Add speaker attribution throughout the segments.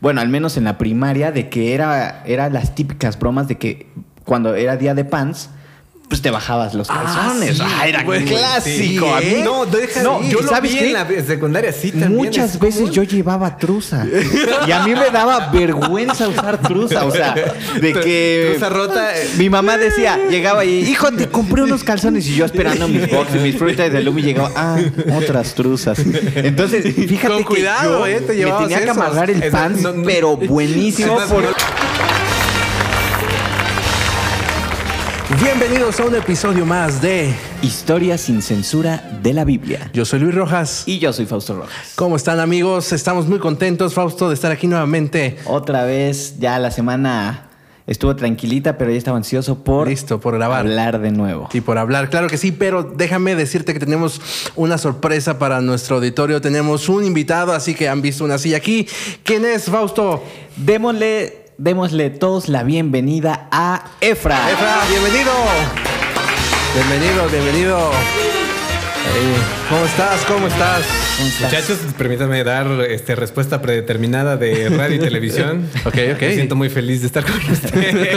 Speaker 1: bueno, al menos en la primaria, de que era, era las típicas bromas de que cuando era día de pants, pues te bajabas los calzones.
Speaker 2: sí,
Speaker 1: Ah, era
Speaker 2: güey,
Speaker 1: clásico. A mí
Speaker 3: No, deja de
Speaker 1: ¿eh? No,
Speaker 3: ir.
Speaker 1: yo lo
Speaker 3: ¿Sabes
Speaker 1: vi
Speaker 3: qué?
Speaker 1: en la
Speaker 3: secundaria, sí,
Speaker 1: Muchas veces yo llevaba truza. Y a mí me daba vergüenza usar truza. O sea, de que.
Speaker 3: Truza rota.
Speaker 1: Mi mamá decía, llegaba y, hijo, te compré unos calzones. Y yo esperando mis boxes, mis frutas de lumi. Y llegaba, ah, otras truzas. Entonces, fíjate
Speaker 3: Con
Speaker 1: que
Speaker 3: cuidado,
Speaker 1: yo
Speaker 3: eh, te
Speaker 1: me
Speaker 3: llevabas
Speaker 1: tenía que
Speaker 3: esos.
Speaker 1: amarrar el
Speaker 3: Eso,
Speaker 1: pants,
Speaker 3: no, no.
Speaker 1: pero buenísimo.
Speaker 3: Esas
Speaker 1: por-
Speaker 3: no-
Speaker 2: Bienvenidos a un episodio más de
Speaker 1: Historia sin censura de la Biblia.
Speaker 2: Yo soy Luis Rojas.
Speaker 1: Y yo soy Fausto Rojas.
Speaker 2: ¿Cómo están amigos? Estamos muy contentos, Fausto, de estar aquí nuevamente.
Speaker 1: Otra vez, ya la semana estuvo tranquilita, pero ya estaba ansioso por
Speaker 2: Listo, por grabar.
Speaker 1: hablar de nuevo.
Speaker 2: Y por hablar, claro que sí, pero déjame decirte que tenemos una sorpresa para nuestro auditorio. Tenemos un invitado, así que han visto una silla aquí. ¿Quién es, Fausto?
Speaker 1: Démosle, démosle todos la bienvenida a Efra.
Speaker 2: Efra, bienvenido. Bienvenido, bienvenido. Eh, ¿Cómo estás? ¿Cómo estás?
Speaker 1: ¿Cómo estás?
Speaker 3: Muchachos, permítanme dar este, respuesta predeterminada de radio y televisión.
Speaker 2: Ok, ok.
Speaker 3: Me siento muy feliz de estar con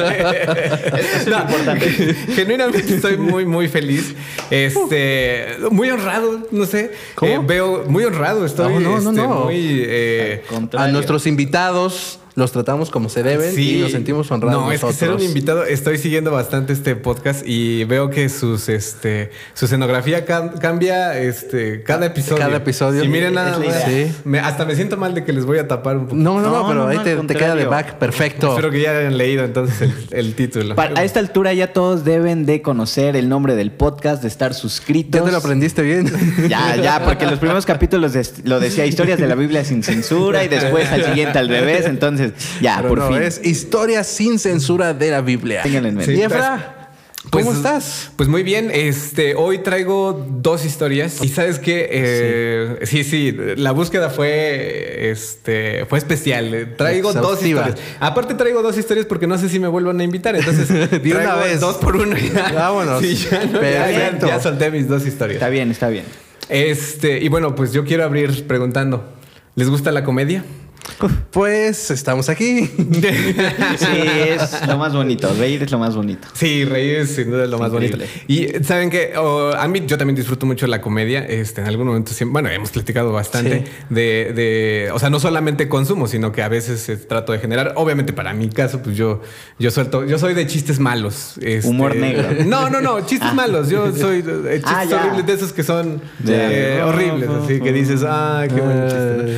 Speaker 3: ustedes.
Speaker 1: es lo importante.
Speaker 3: Genuinamente estoy muy, muy feliz. Este, muy honrado, no sé.
Speaker 2: ¿Cómo?
Speaker 3: Eh, veo muy honrado, estoy
Speaker 2: No, no, no,
Speaker 3: este,
Speaker 2: no.
Speaker 3: muy. eh,
Speaker 1: Al contrario.
Speaker 2: A nuestros invitados los tratamos como se deben y nos sentimos honrados.
Speaker 3: No,
Speaker 2: nosotros.
Speaker 3: es que ser un invitado, estoy siguiendo bastante este podcast y veo que sus este su escenografía cam- cambia este cada episodio.
Speaker 2: Cada episodio.
Speaker 3: Y miren nada
Speaker 1: Es la
Speaker 3: más.
Speaker 2: idea. Sí.
Speaker 3: Me- hasta me siento mal de que les voy a tapar un poco.
Speaker 2: No, no, no,
Speaker 1: No,
Speaker 2: pero
Speaker 1: no,
Speaker 2: ahí
Speaker 1: no,
Speaker 2: te,
Speaker 1: al
Speaker 2: te queda de
Speaker 1: contrario.
Speaker 2: back. Perfecto.
Speaker 3: Espero que ya hayan leído entonces el, el título.
Speaker 1: Pa- a esta altura ya todos deben de conocer el nombre del podcast, de estar suscritos.
Speaker 2: Ya te lo aprendiste bien.
Speaker 1: Ya, ya, porque los primeros capítulos des- lo decía historias de la Biblia sin censura y después al siguiente al revés. Entonces, ya,
Speaker 2: Pero
Speaker 1: por
Speaker 2: no,
Speaker 1: fin.
Speaker 2: es historia sin censura de la Biblia.
Speaker 1: Ténganlo en mente.
Speaker 2: Y
Speaker 3: Sí,
Speaker 2: Efra,
Speaker 3: Pues,
Speaker 2: ¿cómo estás?
Speaker 3: Pues muy bien, este, hoy traigo dos historias y sabes que sí. sí, la búsqueda fue, este, fue especial. Eh, Traigo dos
Speaker 2: Exhaustiva.
Speaker 3: historias. Aparte traigo dos historias porque no sé si me vuelvan a invitar, entonces
Speaker 2: De una
Speaker 3: traigo
Speaker 2: vez.
Speaker 3: dos por uno.
Speaker 2: Vámonos.
Speaker 3: Sí, ya, no, ya- ya-
Speaker 2: Perfecto.
Speaker 3: ya solté mis dos historias.
Speaker 1: Está bien, está bien.
Speaker 3: Este, y bueno, pues yo quiero abrir preguntando, ¿les gusta la comedia?
Speaker 2: Pues estamos aquí.
Speaker 1: Sí, es lo más bonito. Reír es lo más bonito.
Speaker 3: Sí, reír es, sin duda es lo más bonito.
Speaker 1: Increíble.
Speaker 3: Y saben que a mí yo también disfruto mucho la comedia. Este, en algún momento siempre, bueno, hemos platicado bastante
Speaker 2: Sí.
Speaker 3: de, de, o sea, no solamente consumo, sino que a veces eh, trato de generar. Obviamente, para mi caso, pues yo, yo suelto, yo soy de chistes malos. este-
Speaker 1: Humor negro.
Speaker 3: No, no, no, chistes malos. Yo soy eh, chistes
Speaker 1: Ah, ya.
Speaker 3: horribles de esos que son
Speaker 1: Ya.
Speaker 3: eh, horribles. Así que dices, ay, qué buen
Speaker 2: Eh,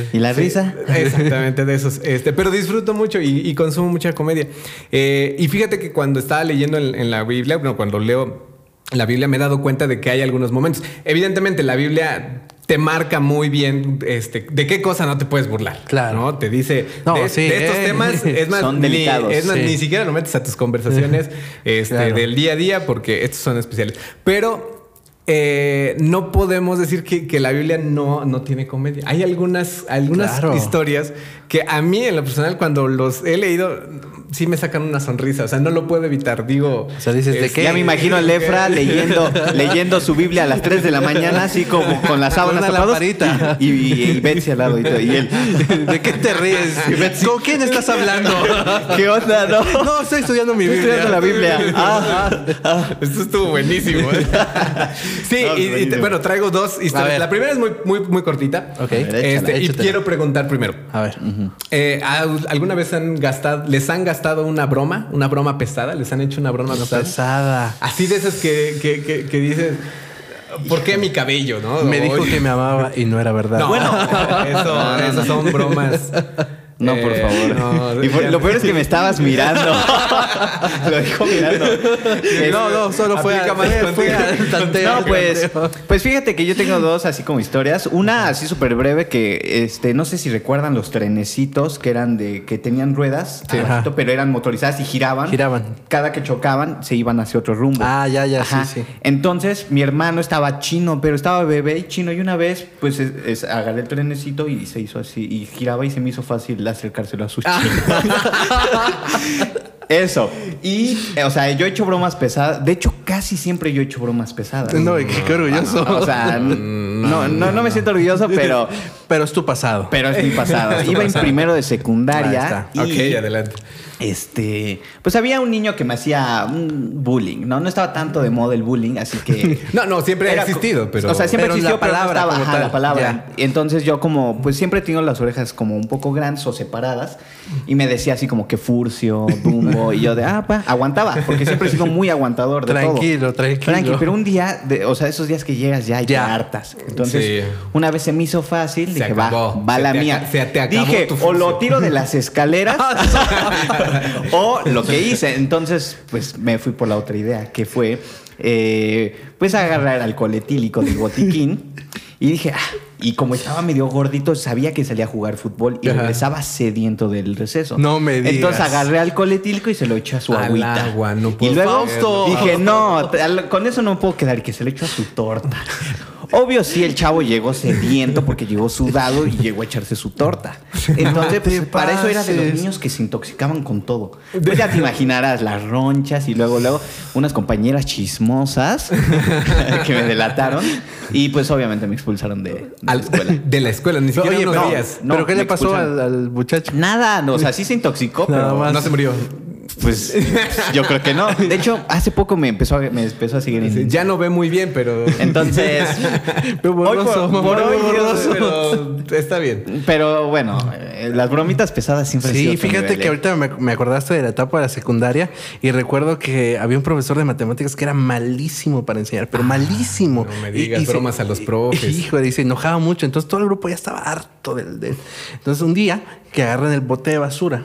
Speaker 3: chiste.
Speaker 1: ¿Y la risa?
Speaker 3: Exactamente, de esos. Este, pero disfruto mucho y, y consumo mucha comedia. Eh, y fíjate que cuando estaba leyendo en, en la Biblia, bueno, cuando leo la Biblia me he dado cuenta de que hay algunos momentos. Evidentemente, la Biblia te marca muy bien este, de qué cosa no te puedes burlar.
Speaker 2: Claro.
Speaker 3: ¿no? Te dice
Speaker 2: No,
Speaker 3: de,
Speaker 2: sí,
Speaker 3: de estos
Speaker 2: eh.
Speaker 3: temas, es más,
Speaker 1: Son
Speaker 3: ni-
Speaker 1: delicados,
Speaker 3: es más,
Speaker 2: sí.
Speaker 3: ni siquiera lo metes a tus conversaciones este,
Speaker 2: Claro.
Speaker 3: del día a día porque estos son especiales. Pero eh, no podemos decir que, que la Biblia no, no tiene comedia. Hay algunas, algunas
Speaker 2: Claro.
Speaker 3: historias que a mí en lo personal cuando los he leído sí me sacan una sonrisa. O sea, no lo puedo evitar. Digo...
Speaker 2: O sea, dices, ¿de
Speaker 3: este,
Speaker 2: qué?
Speaker 1: Ya me imagino al Efra leyendo, leyendo su Biblia a las 3 de la mañana, así como con las sábanas
Speaker 2: Una
Speaker 1: tapadas.
Speaker 2: lamparita.
Speaker 1: Y, y, y Betsy al lado y, todo, y él.
Speaker 2: ¿De qué te ríes? ¿Con quién estás hablando?
Speaker 1: ¿Qué onda, no? Estoy
Speaker 2: No, estoy estudiando mi Biblia.
Speaker 1: estudiando la Biblia. Ah,
Speaker 3: Esto estuvo buenísimo. ¿eh? sí,
Speaker 1: No,
Speaker 3: y- y,
Speaker 1: buenísimo.
Speaker 3: bueno, traigo dos
Speaker 2: A
Speaker 3: historias.
Speaker 2: ver.
Speaker 3: La primera es muy, muy, muy cortita.
Speaker 2: Ok.
Speaker 1: A ver,
Speaker 3: Este,
Speaker 1: échala,
Speaker 3: y
Speaker 2: échatela.
Speaker 3: quiero preguntar primero.
Speaker 2: A ver.
Speaker 3: Eh, ¿al- ¿Alguna vez han gastado, les han gastado una broma? ¿Una broma pesada? ¿Les han hecho una broma pesada?
Speaker 2: Pesada.
Speaker 3: Así de esas que, que, que, que dices, ¿por qué mi cabello? No?
Speaker 2: Me dijo
Speaker 3: Oye.
Speaker 2: que me amaba y no era verdad.
Speaker 3: No, bueno, eso, esas son bromas.
Speaker 1: no,
Speaker 3: Eh,
Speaker 1: por favor.
Speaker 3: no,
Speaker 1: y fue-
Speaker 3: ya-
Speaker 1: lo peor es que me estabas mirando. lo dijo mirando.
Speaker 2: no, no, solo fue,
Speaker 3: Aplica
Speaker 2: a-
Speaker 3: más
Speaker 2: fue, fue al tanteo.
Speaker 1: No, pues, pues fíjate que yo tengo dos así como historias. Una así súper breve que este, no sé si recuerdan los trenecitos que eran de, que tenían ruedas,
Speaker 2: Sí.
Speaker 1: abajito,
Speaker 2: Ajá.
Speaker 1: pero eran motorizadas y giraban.
Speaker 2: Giraban.
Speaker 1: Cada que chocaban se iban hacia otro rumbo.
Speaker 2: Ah, ya, ya, sí,
Speaker 1: Ajá.
Speaker 2: sí.
Speaker 1: Entonces, mi hermano estaba chino, pero estaba bebé y chino. Y una vez, pues, es- es- agarré el trenecito y se hizo así. Y giraba y se me hizo fácil acercárselo a su
Speaker 2: Ah.
Speaker 1: chino. Eso. Y, eh, o sea, yo he hecho bromas pesadas. De hecho, casi siempre yo he hecho bromas pesadas.
Speaker 2: No, y qué orgulloso.
Speaker 1: O sea, n- no, no, no me siento orgulloso, pero,
Speaker 2: pero es tu pasado.
Speaker 1: Pero es mi pasado. Iba en primero de secundaria.
Speaker 2: Ahí
Speaker 1: Y,
Speaker 3: Ok, adelante.
Speaker 1: Este, pues había un niño que me hacía mm, bullying, ¿no? No estaba tanto de moda el bullying, así que.
Speaker 3: No, no, siempre
Speaker 1: Era
Speaker 3: ha existido,
Speaker 1: co-
Speaker 3: pero.
Speaker 1: O sea, siempre
Speaker 2: Pero
Speaker 1: existió,
Speaker 2: la
Speaker 1: pero no
Speaker 2: palabra
Speaker 1: estaba
Speaker 2: como
Speaker 1: ajá,
Speaker 2: tal,
Speaker 1: la palabra. Entonces yo como, pues siempre he tenido las orejas como un poco grandes o separadas y me decía así como que furcio, bumbo y yo de, ah, pa, aguantaba, porque siempre he sido muy aguantador de
Speaker 2: Tranquilo,
Speaker 1: todo.
Speaker 2: tranquilo.
Speaker 1: Tranqui, pero un día, de- o sea, esos días que llegas ya y te
Speaker 2: Ya.
Speaker 1: hartas. Entonces,
Speaker 3: Sí.
Speaker 1: una vez se me hizo fácil,
Speaker 3: Se
Speaker 1: dije,
Speaker 3: acabó.
Speaker 1: va, va
Speaker 3: Se
Speaker 1: la
Speaker 3: te aca-
Speaker 1: mía.
Speaker 3: se te acabó
Speaker 1: dije,
Speaker 3: tu
Speaker 1: o
Speaker 3: furcio".
Speaker 1: lo tiro de las escaleras
Speaker 3: Ah,
Speaker 1: o lo que hice. Entonces, pues me fui por la otra idea, que fue eh, pues agarrar alcohol etílico del botiquín. Y dije, ah, y como estaba medio gordito, sabía que salía a jugar fútbol y
Speaker 3: Ajá.
Speaker 1: regresaba sediento del receso.
Speaker 2: No me digas.
Speaker 1: Entonces agarré alcohol etílico y se lo eché a su
Speaker 3: Al
Speaker 1: agüita.
Speaker 3: agua, no
Speaker 1: y
Speaker 3: puedo
Speaker 1: luego
Speaker 3: creerlo.
Speaker 1: dije, no, tal- con eso no me puedo quedar, y que se lo echo a su torta. Obvio, sí, el chavo llegó sediento porque llegó sudado y llegó a echarse su torta. Entonces, pues,
Speaker 2: te
Speaker 1: para eso era de los
Speaker 2: pases.
Speaker 1: niños que se intoxicaban con todo. Pues ya te imaginarás las ronchas y luego, luego, unas compañeras chismosas que me delataron. Y pues, obviamente, me expulsaron de, de
Speaker 3: Al-
Speaker 1: la escuela.
Speaker 3: de la escuela, ni siquiera
Speaker 2: Oye,
Speaker 3: unos
Speaker 2: pero,
Speaker 3: días.
Speaker 1: no,
Speaker 2: ¿pero qué
Speaker 1: me
Speaker 2: le pasó
Speaker 1: expulsaron.
Speaker 2: al, al muchacho?
Speaker 1: Nada, no, o sea, sí se intoxicó, pero
Speaker 2: Nada más.
Speaker 3: No se murió.
Speaker 1: pues yo creo que no. De hecho, hace poco me empezó a, me empezó a seguir en
Speaker 3: Dice, Ya no ve muy bien, pero.
Speaker 1: Entonces,
Speaker 2: Veo
Speaker 1: hoy
Speaker 2: borroso,
Speaker 1: por,
Speaker 2: mamá,
Speaker 1: por
Speaker 2: veo
Speaker 1: hoy,
Speaker 2: borroso.
Speaker 3: Pero está bien.
Speaker 1: pero bueno, eh, las bromitas pesadas siempre han sido
Speaker 2: Sí,
Speaker 1: otro
Speaker 2: fíjate
Speaker 1: nivel,
Speaker 2: que
Speaker 1: eh.
Speaker 2: ahorita me, me acordaste de la etapa de la secundaria y recuerdo que había un profesor de matemáticas que era malísimo para enseñar, pero malísimo.
Speaker 3: Ah, no me
Speaker 2: Y-
Speaker 3: digas
Speaker 2: y se-
Speaker 3: bromas a los
Speaker 2: y-
Speaker 3: profes.
Speaker 2: Híjole, y se enojaba mucho. Entonces todo el grupo ya estaba harto del. del- Entonces un día que agarran el bote de basura,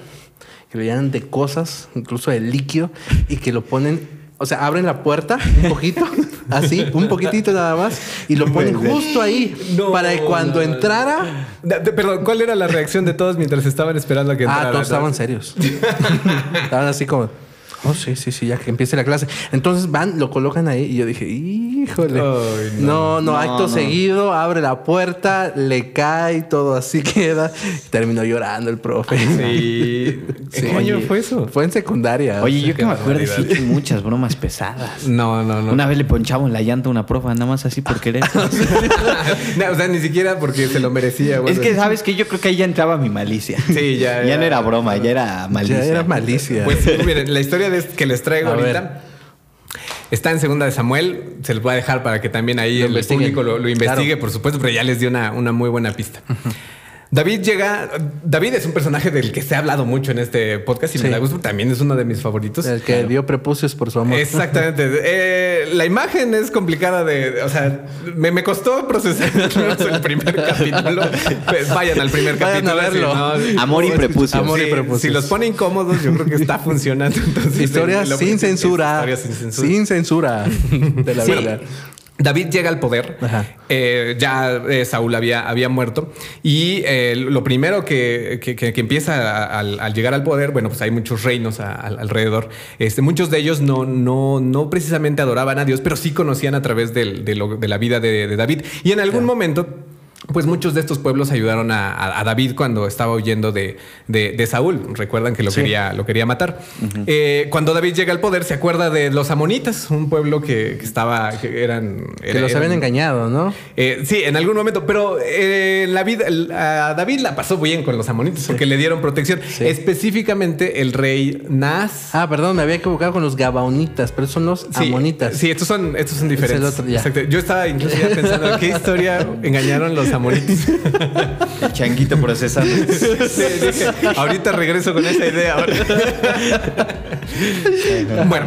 Speaker 2: que lo llenan de cosas, incluso de líquido, y que lo ponen. O sea, abren la puerta un poquito, así, un poquitito nada más, y lo ponen justo ahí
Speaker 3: No,
Speaker 2: para que cuando
Speaker 3: no, no.
Speaker 2: entrara.
Speaker 3: Da- de- Perdón, ¿cuál era la reacción de todos mientras estaban esperando a que entrara?
Speaker 2: Ah, todos estaban serios. estaban así como, oh, sí, sí, sí, ya que empiece la clase. Entonces van, lo colocan ahí y yo dije, híjole.
Speaker 3: Ay,
Speaker 2: no. no,
Speaker 1: No,
Speaker 2: acto
Speaker 1: no.
Speaker 2: seguido, abre la puerta, le cae, todo así queda. Terminó llorando el profe.
Speaker 3: Sí.
Speaker 2: Sí.
Speaker 3: ¿Qué año
Speaker 2: Oye,
Speaker 3: fue eso?
Speaker 2: Fue en secundaria.
Speaker 1: Oye, yo
Speaker 3: qué
Speaker 1: que me acuerdo, sí,
Speaker 3: barbaridad.
Speaker 1: que muchas bromas pesadas.
Speaker 3: No, no, Ah, no.
Speaker 1: Una vez le ponchamos la llanta a una profa, nada más así por querer.
Speaker 3: No, o sea, ni siquiera porque se lo merecía. güey.
Speaker 1: es que, ¿sabes que Yo creo que ahí ya entraba mi malicia.
Speaker 3: Sí, ya
Speaker 1: Ya
Speaker 3: era-
Speaker 1: no era broma, ya era malicia.
Speaker 2: Ya era malicia.
Speaker 3: Pues sí, miren, la historia de- que les traigo
Speaker 2: A
Speaker 3: ahorita
Speaker 2: ver.
Speaker 3: está en segunda de Samuel. Se les voy a dejar para que también ahí
Speaker 2: Lo
Speaker 3: el
Speaker 2: investiguen.
Speaker 3: público lo, lo investigue,
Speaker 2: Claro.
Speaker 3: por supuesto, pero ya les dio una, una muy buena pista. David llega. David es un personaje del que se ha hablado mucho en este podcast y
Speaker 2: Sí.
Speaker 3: me da gusto. También es uno de mis favoritos.
Speaker 2: el que dio prepucios por su amor.
Speaker 3: Exactamente. Eh, la imagen es complicada de. O sea, me, me costó procesar el primer capítulo. Pues vayan al primer
Speaker 2: Vayan a
Speaker 3: capítulo.
Speaker 2: verlo.
Speaker 3: si no-
Speaker 1: Amor y prepucios.
Speaker 2: Amor y
Speaker 3: Sí,
Speaker 2: prepucios.
Speaker 3: Si los pone incómodos, yo creo que está funcionando. Entonces,
Speaker 2: Historia
Speaker 3: el- lo-
Speaker 2: sin
Speaker 3: es-
Speaker 2: censura.
Speaker 3: Historia sin censura.
Speaker 2: Sin censura. De la
Speaker 3: Sí.
Speaker 2: verdad.
Speaker 3: David llega al poder,
Speaker 2: Ajá.
Speaker 3: Eh, ya eh, Saúl había, había muerto y eh, lo primero que, que- que- que empieza a- al, al llegar al poder, bueno, pues hay muchos reinos a- al- alrededor, este, muchos de ellos no, no, no precisamente adoraban a Dios, pero sí conocían a través del- de, lo- de la vida de, de David y en algún momento... Pues muchos de estos pueblos ayudaron a, a- a David cuando estaba huyendo de, de- de Saúl. Recuerdan que lo, quería, lo quería matar. Eh, cuando David llega al poder, se acuerda de los amonitas, un pueblo que, que estaba, que eran.
Speaker 2: que
Speaker 3: era-
Speaker 2: los habían
Speaker 3: eran-
Speaker 2: engañado, ¿no?
Speaker 3: Eh, sí, en algún momento, pero eh, la vida, el- a David la pasó bien con los amonitas porque le dieron protección.
Speaker 2: Sí.
Speaker 3: Específicamente el rey Nas.
Speaker 2: Ah, perdón, me había equivocado con los gabaonitas, pero son los
Speaker 3: Sí,
Speaker 2: amonitas.
Speaker 3: Sí, estos son, estos son diferentes.
Speaker 2: Es el otro, ya.
Speaker 3: Exacto. Yo estaba incluso ya pensando en qué historia engañaron los amonitas.
Speaker 1: El changuito procesando.
Speaker 3: Sí, dije, ahorita regreso con esa idea. ahora. bueno,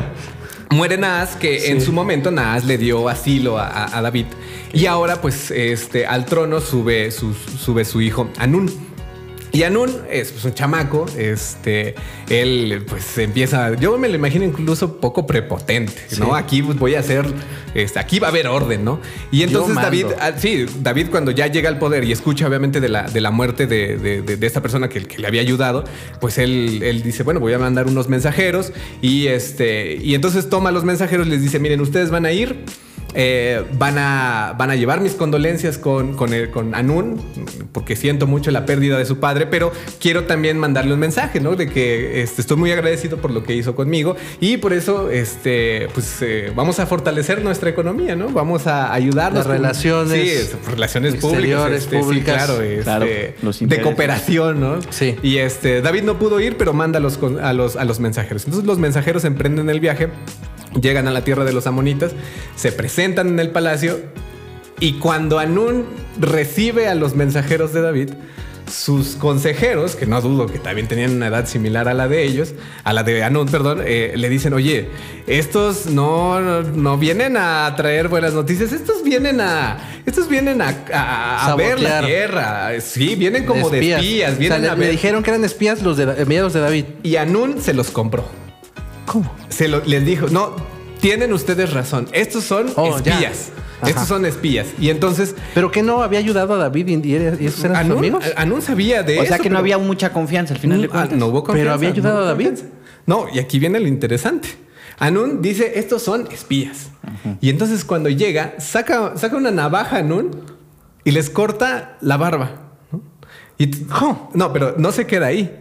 Speaker 3: muere Naas, que en su momento Naas le dio asilo a, a- a David. Y ahora, pues, este, al trono sube su, sube su hijo Anún. Y Anun es pues, un chamaco, este, él pues empieza, yo me lo imagino incluso poco prepotente, ¿no? Aquí pues, voy a hacer, este, aquí va a haber orden, ¿no? Y entonces
Speaker 2: mando.
Speaker 3: David, ah, sí, David cuando ya llega al poder y escucha obviamente de la, de la muerte de, de- de- de esta persona que, que le había ayudado, pues él, él dice, bueno, voy a mandar unos mensajeros y este, y entonces toma los mensajeros, les dice, miren, ustedes van a ir. eh, van, a, van a llevar mis condolencias con, con, el- con Anun, porque siento mucho la pérdida de su padre, pero quiero también mandarle un mensaje, ¿no? De que este, estoy muy agradecido por lo que hizo conmigo y por eso, este, pues eh, vamos a fortalecer nuestra economía, ¿no? Vamos a ayudarnos.
Speaker 2: Las relaciones
Speaker 3: Sí, pues, relaciones públicas.
Speaker 2: exteriores,
Speaker 3: este, sí,
Speaker 2: públicas.
Speaker 3: claro, este,
Speaker 1: Claro, los
Speaker 3: de
Speaker 1: intereses.
Speaker 3: cooperación, ¿no?
Speaker 2: Sí.
Speaker 3: Y este, David no pudo ir, pero manda a los, con- a los, a los mensajeros. Entonces los mensajeros emprenden el viaje, llegan a la tierra de los amonitas, se presentan en el palacio y cuando Anun recibe a los mensajeros de David, sus consejeros, que no dudo que también tenían una edad similar a la de ellos, a la de Anun, perdón, eh, le dicen, oye, estos no, no, no vienen a traer buenas noticias, estos vienen a, estos vienen a, a- a ver la
Speaker 2: Sabotear.
Speaker 3: tierra, sí, vienen como de espías,
Speaker 2: O sea,
Speaker 3: vienen
Speaker 2: le-
Speaker 3: a
Speaker 2: Me
Speaker 3: ver.
Speaker 2: dijeron que eran espías los de la- enviados de David.
Speaker 3: Y Anun se los compró.
Speaker 2: ¿Cómo?
Speaker 3: Se lo- les dijo, no, tienen ustedes razón. Estos son
Speaker 2: Oh, ya.
Speaker 3: espías.
Speaker 2: Ajá.
Speaker 3: Estos son espías. Y entonces,
Speaker 2: ¿Pero que no había ayudado a David y, y era- y esos eran sus
Speaker 3: Anun,
Speaker 2: amigos?
Speaker 3: Anun sabía de
Speaker 1: O
Speaker 3: eso,
Speaker 1: sea que no
Speaker 3: pero-
Speaker 1: había mucha confianza al final de
Speaker 3: Ah,
Speaker 1: cuentas.
Speaker 3: no hubo confianza,
Speaker 2: Pero había ayudado
Speaker 3: no hubo
Speaker 2: a David.
Speaker 3: confianza. No, y aquí viene lo interesante. Anun dice, estos son espías. Y entonces cuando llega, saca, saca una navaja Anun y les corta la barba. ¿no? Y t- no, pero no se queda ahí.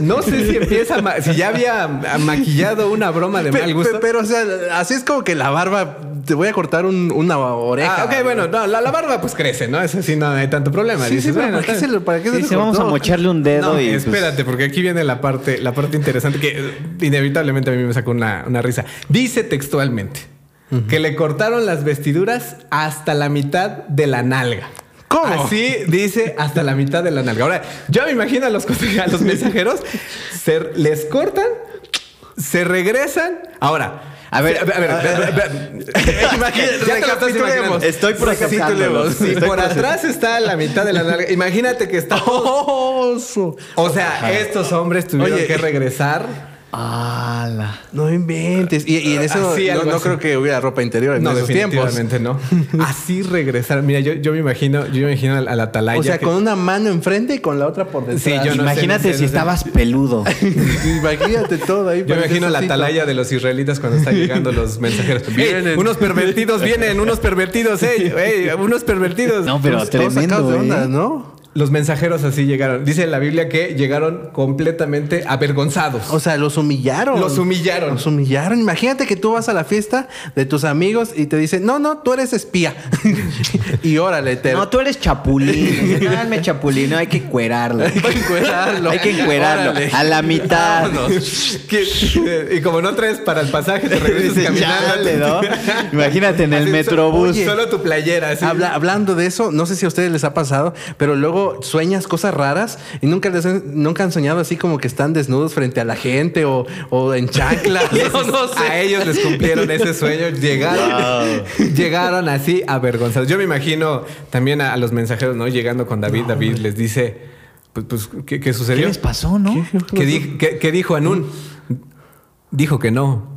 Speaker 3: No sé si empieza, a ma- si ya había ah, maquillado una broma ah, de
Speaker 2: Pe-
Speaker 3: mal
Speaker 2: pe-
Speaker 3: gusto.
Speaker 2: Pero, o sea, así es como que la barba, te voy a cortar un- una oreja.
Speaker 3: Ah, ok, bueno, no, la, la barba pues crece, ¿no? Eso sí, no hay tanto problema.
Speaker 2: Sí, sí,
Speaker 3: Dices,
Speaker 2: pero
Speaker 3: bueno,
Speaker 2: ¿para qué
Speaker 3: está
Speaker 2: se
Speaker 3: bien.
Speaker 2: lo- para qué se
Speaker 1: Sí,
Speaker 2: lo
Speaker 1: sí, vamos a
Speaker 2: cortó?
Speaker 1: mocharle un dedo
Speaker 3: No,
Speaker 1: y. pues,
Speaker 3: espérate, porque aquí viene la parte, la parte interesante que eh, inevitablemente a mí me sacó una, una risa. Dice textualmente que le cortaron las vestiduras hasta la mitad de la nalga.
Speaker 2: ¿Cómo?
Speaker 3: Así dice hasta la mitad de la nalga. Ahora, yo me imagino a los, conse- a los mensajeros, se, les cortan, se regresan. Ahora,
Speaker 1: A ver,
Speaker 3: a ver, a ver, a ver, a ver. Imagina- ya te lo estás imaginando.
Speaker 1: Estoy procesándolo.
Speaker 3: Si
Speaker 1: Estoy
Speaker 3: por
Speaker 1: procesando.
Speaker 3: atrás está la mitad de la nalga, imagínate que está
Speaker 2: ¡Oh, su-
Speaker 3: o sea, estos hombres tuvieron
Speaker 2: Oye.
Speaker 3: que regresar.
Speaker 1: ¡Hala!
Speaker 2: No inventes. Y, y en eso
Speaker 3: Ah, sí,
Speaker 2: no,
Speaker 3: algo
Speaker 2: no
Speaker 3: así.
Speaker 2: creo que hubiera ropa interior en esos tiempos.
Speaker 3: definitivamente no. Así regresaron. Mira, yo, yo me imagino, yo me imagino a la, a la atalaya.
Speaker 2: O sea,
Speaker 3: Ah, que-
Speaker 2: con una mano enfrente y con la otra por detrás.
Speaker 3: Sí, yo no sé,
Speaker 1: Imagínate si
Speaker 3: no sé, no sé.
Speaker 1: estabas peludo.
Speaker 2: Imagínate todo ahí.
Speaker 3: Yo me imagino la
Speaker 2: atalaya
Speaker 3: atalaya de los israelitas cuando están llegando los mensajeros. Ey,
Speaker 2: Vienen.
Speaker 3: unos pervertidos vienen, unos pervertidos, ey, ey, unos pervertidos.
Speaker 1: No, pero
Speaker 2: Tremendo,
Speaker 1: tremendo.
Speaker 2: de
Speaker 1: ¿eh?
Speaker 2: onda, ¿no?
Speaker 3: Los mensajeros así llegaron. Dice la Biblia que llegaron completamente avergonzados.
Speaker 2: O sea, los humillaron.
Speaker 3: Los humillaron.
Speaker 2: Los humillaron. Imagínate que tú vas a la fiesta de tus amigos y te dicen, no, no, tú eres espía. y órale, te...
Speaker 1: No, tú eres chapulín. No, me chapulín, no, hay que cuerarlo.
Speaker 2: hay que encuerarlo.
Speaker 1: Hay que encuerarlo. Ah,
Speaker 2: Órale.
Speaker 1: A la mitad.
Speaker 3: Que- y como no traes para el pasaje, te regresas
Speaker 1: Dices,
Speaker 3: caminando.
Speaker 1: "Chale, ¿no? Imagínate en el
Speaker 3: Así,
Speaker 1: metrobús.
Speaker 3: oye, Solo tu playera. así.
Speaker 2: Habla- hablando de eso, no sé si a ustedes les ha pasado, pero luego sueñas cosas raras y nunca, les han- nunca han soñado así como que están desnudos frente a la gente o, o en chanclas. no, no sé.
Speaker 3: A ellos les cumplieron ese sueño. Llegaron, llegaron así avergonzados. Yo me imagino también a, a los mensajeros, ¿no? Llegando con David, David les dice, pues, pues, ¿qué, qué
Speaker 1: ¿Qué
Speaker 3: sucedió?
Speaker 1: les pasó, no?
Speaker 3: ¿Qué di- qué- qué dijo Anun? Dijo que no.